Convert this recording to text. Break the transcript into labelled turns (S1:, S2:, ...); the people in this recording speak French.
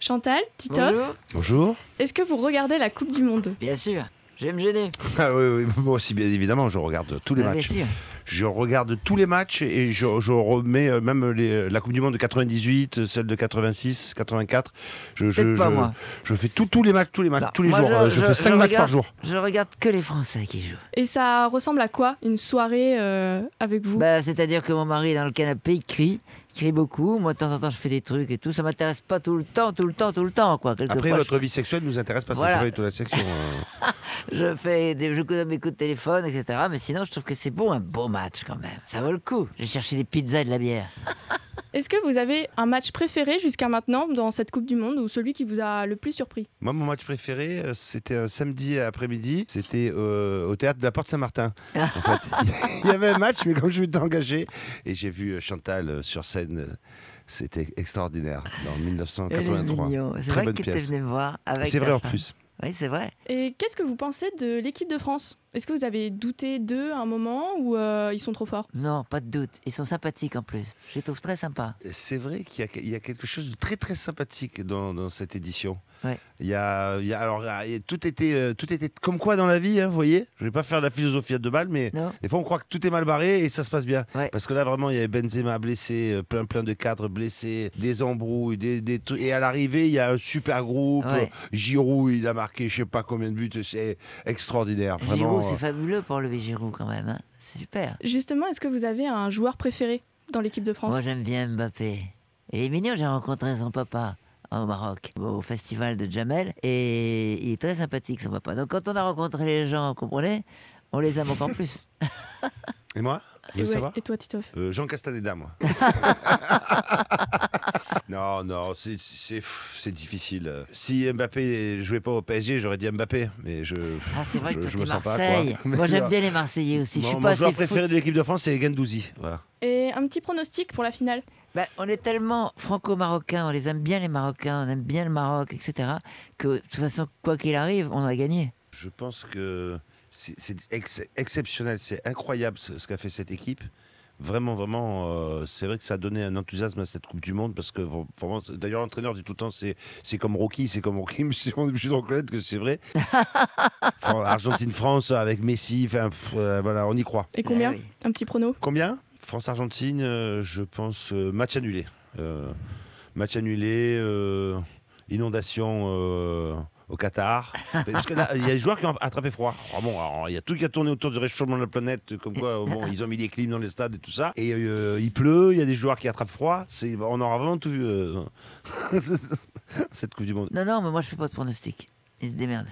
S1: Chantal, Titoff,
S2: Bonjour.
S1: est-ce que vous regardez la Coupe du Monde
S3: Bien sûr, je vais me gêner.
S2: Ah oui, oui, moi aussi, bien évidemment, je regarde tous les
S3: Ah, bien
S2: matchs.
S3: sûr.
S2: Je regarde tous les matchs et je, je remets euh, même les- la Coupe du Monde de 98, euh, celle de 86, 84. Je, je,
S3: Peut-être pas
S2: je-
S3: moi.
S2: je fais tout- tous les matchs, tous les matchs,
S3: Non,
S2: tous les
S3: moi,
S2: jours.
S3: je-
S2: Euh, Je,
S3: je-
S2: fais 5
S3: je
S2: matchs par
S3: regarde.
S2: jour.
S3: Je regarde que les Français qui jouent.
S1: Et ça ressemble à quoi une soirée euh, avec vous
S3: Bah, c'est-à-dire que mon mari est dans le canapé, il crie, il crie beaucoup. Moi, de temps en temps, je fais des trucs et tout. Ça m'intéresse pas tout le temps, tout le temps, tout le temps, quoi. Quelquefois,
S2: Après,
S3: je-
S2: votre vie sexuelle nous intéresse pas,
S3: Voilà.
S2: c'est vrai, toute la section. euh.
S3: je fais des, je donne mes coups de téléphone, etc. Mais sinon, je trouve que c'est bon, un beau match quand même. Ça vaut le coup. J'ai cherché des pizzas et de la bière.
S1: Est-ce que vous avez un match préféré jusqu'à maintenant dans cette Coupe du Monde ou celui qui vous a le plus surpris
S2: Moi, mon match préféré, euh, c'était un samedi après-midi. C'était euh, au théâtre de la Porte Saint-Martin. En fait, il y avait un match, mais comme je m'étais engagé, et j'ai vu euh, Chantal euh, sur scène, euh, c'était extraordinaire, dans 1983.
S3: C'est
S2: Très
S3: vrai
S2: bonne
S3: que t'es
S2: pièce.
S3: venu me voir avec.
S2: C'est
S3: ta
S2: vrai en
S3: femme.
S2: plus.
S3: Oui, c'est vrai.
S1: Et qu'est-ce que vous pensez de l'équipe de France Est-ce que vous avez douté d'eux à un moment ou euh, ils sont trop forts
S3: Non, pas de doute. Ils sont sympathiques en plus. Je les trouve très sympas.
S2: C'est vrai qu'il y, a- il y a quelque chose de très très sympathique dans, dans cette édition.
S3: Ouais.
S2: Il y a, il y a- alors là, il y a- tout était euh, tout était comme quoi dans la vie, hein, vous voyez. Je vais pas faire de la philosophie à deux balles, mais
S3: Non.
S2: des fois on croit que tout est mal barré et ça se passe bien.
S3: Ouais.
S2: Parce que là vraiment il y avait Benzema blessé, euh, plein plein de cadres blessés, des embrouilles, des, des trucs. Et à l'arrivée il y a un super groupe.
S3: Ouais.
S2: Giroud il a marqué je sais pas combien de buts, c'est extraordinaire. Ah, Vraiment. euh.
S3: Giroud, c'est fabuleux pour lever Giroud quand même. hein. C'est super.
S1: Justement, est-ce que vous avez un joueur préféré dans l'équipe de France
S3: Moi, j'aime bien Mbappé. Il est mignon, j'ai rencontré son papa au Maroc, au festival de Jamel, et il est très sympathique, son papa. Donc, quand on a rencontré les gens, vous comprenez, on les aime encore plus.
S2: Et moi, vous
S1: et,
S2: voulez
S1: ouais,
S2: savoir
S1: et toi, Titoff
S2: Euh, Jean Castaneda, moi. non, non, c'est- c'est pff, c'est difficile. Si Mbappé jouait pas au PSG, j'aurais dit Mbappé, mais je.
S3: Ah, c'est vrai
S2: je,
S3: que toi,
S2: je
S3: t'es
S2: me sens pas,
S3: Marseille.
S2: quoi.
S3: Moi, j'aime
S2: Mon-
S3: bien les Marseillais aussi. Je
S2: Mon,
S3: suis pas
S2: joueur
S3: assez foot.
S2: préféré de l'équipe de France, c'est Gendouzi. Voilà.
S1: Et un petit pronostic pour la finale
S3: Bah, on est tellement franco-marocains, on les aime bien les Marocains, on aime bien le Maroc, etc. Que de toute façon, quoi qu'il arrive, on a gagné.
S2: Je pense que c'est c'est ex- exceptionnel, c'est incroyable ce, ce qu'a fait cette équipe. Vraiment, vraiment, euh, c'est vrai que ça a donné un enthousiasme à cette Coupe du Monde parce que vra- vraiment, c'est- d'ailleurs l'entraîneur dit tout le temps c'est c'est comme Rocky, c'est comme Rocky, mais c'est- on est obligé de reconnaître que c'est vrai. Fran- Argentine-France avec Messi, enfin pff, euh, voilà, on y croit.
S1: Et combien
S3: Ah oui.
S1: Un petit prono
S2: Combien France-Argentine, euh, je pense euh, match annulé. Euh, match annulé, euh, inondation euh, au Qatar. Parce que là, il y a des joueurs qui ont attrapé froid. Ah bon, alors, il y a tout qui a tourné autour du réchauffement de la planète, comme quoi euh, bon, ils ont mis des clims dans les stades et tout ça. Et euh, il pleut, il y a des joueurs qui attrapent froid. C'est- On aura vraiment tout vu euh, cette Coupe du Monde.
S3: Non, non, mais moi, je fais pas de pronostic. Ils se démerdent.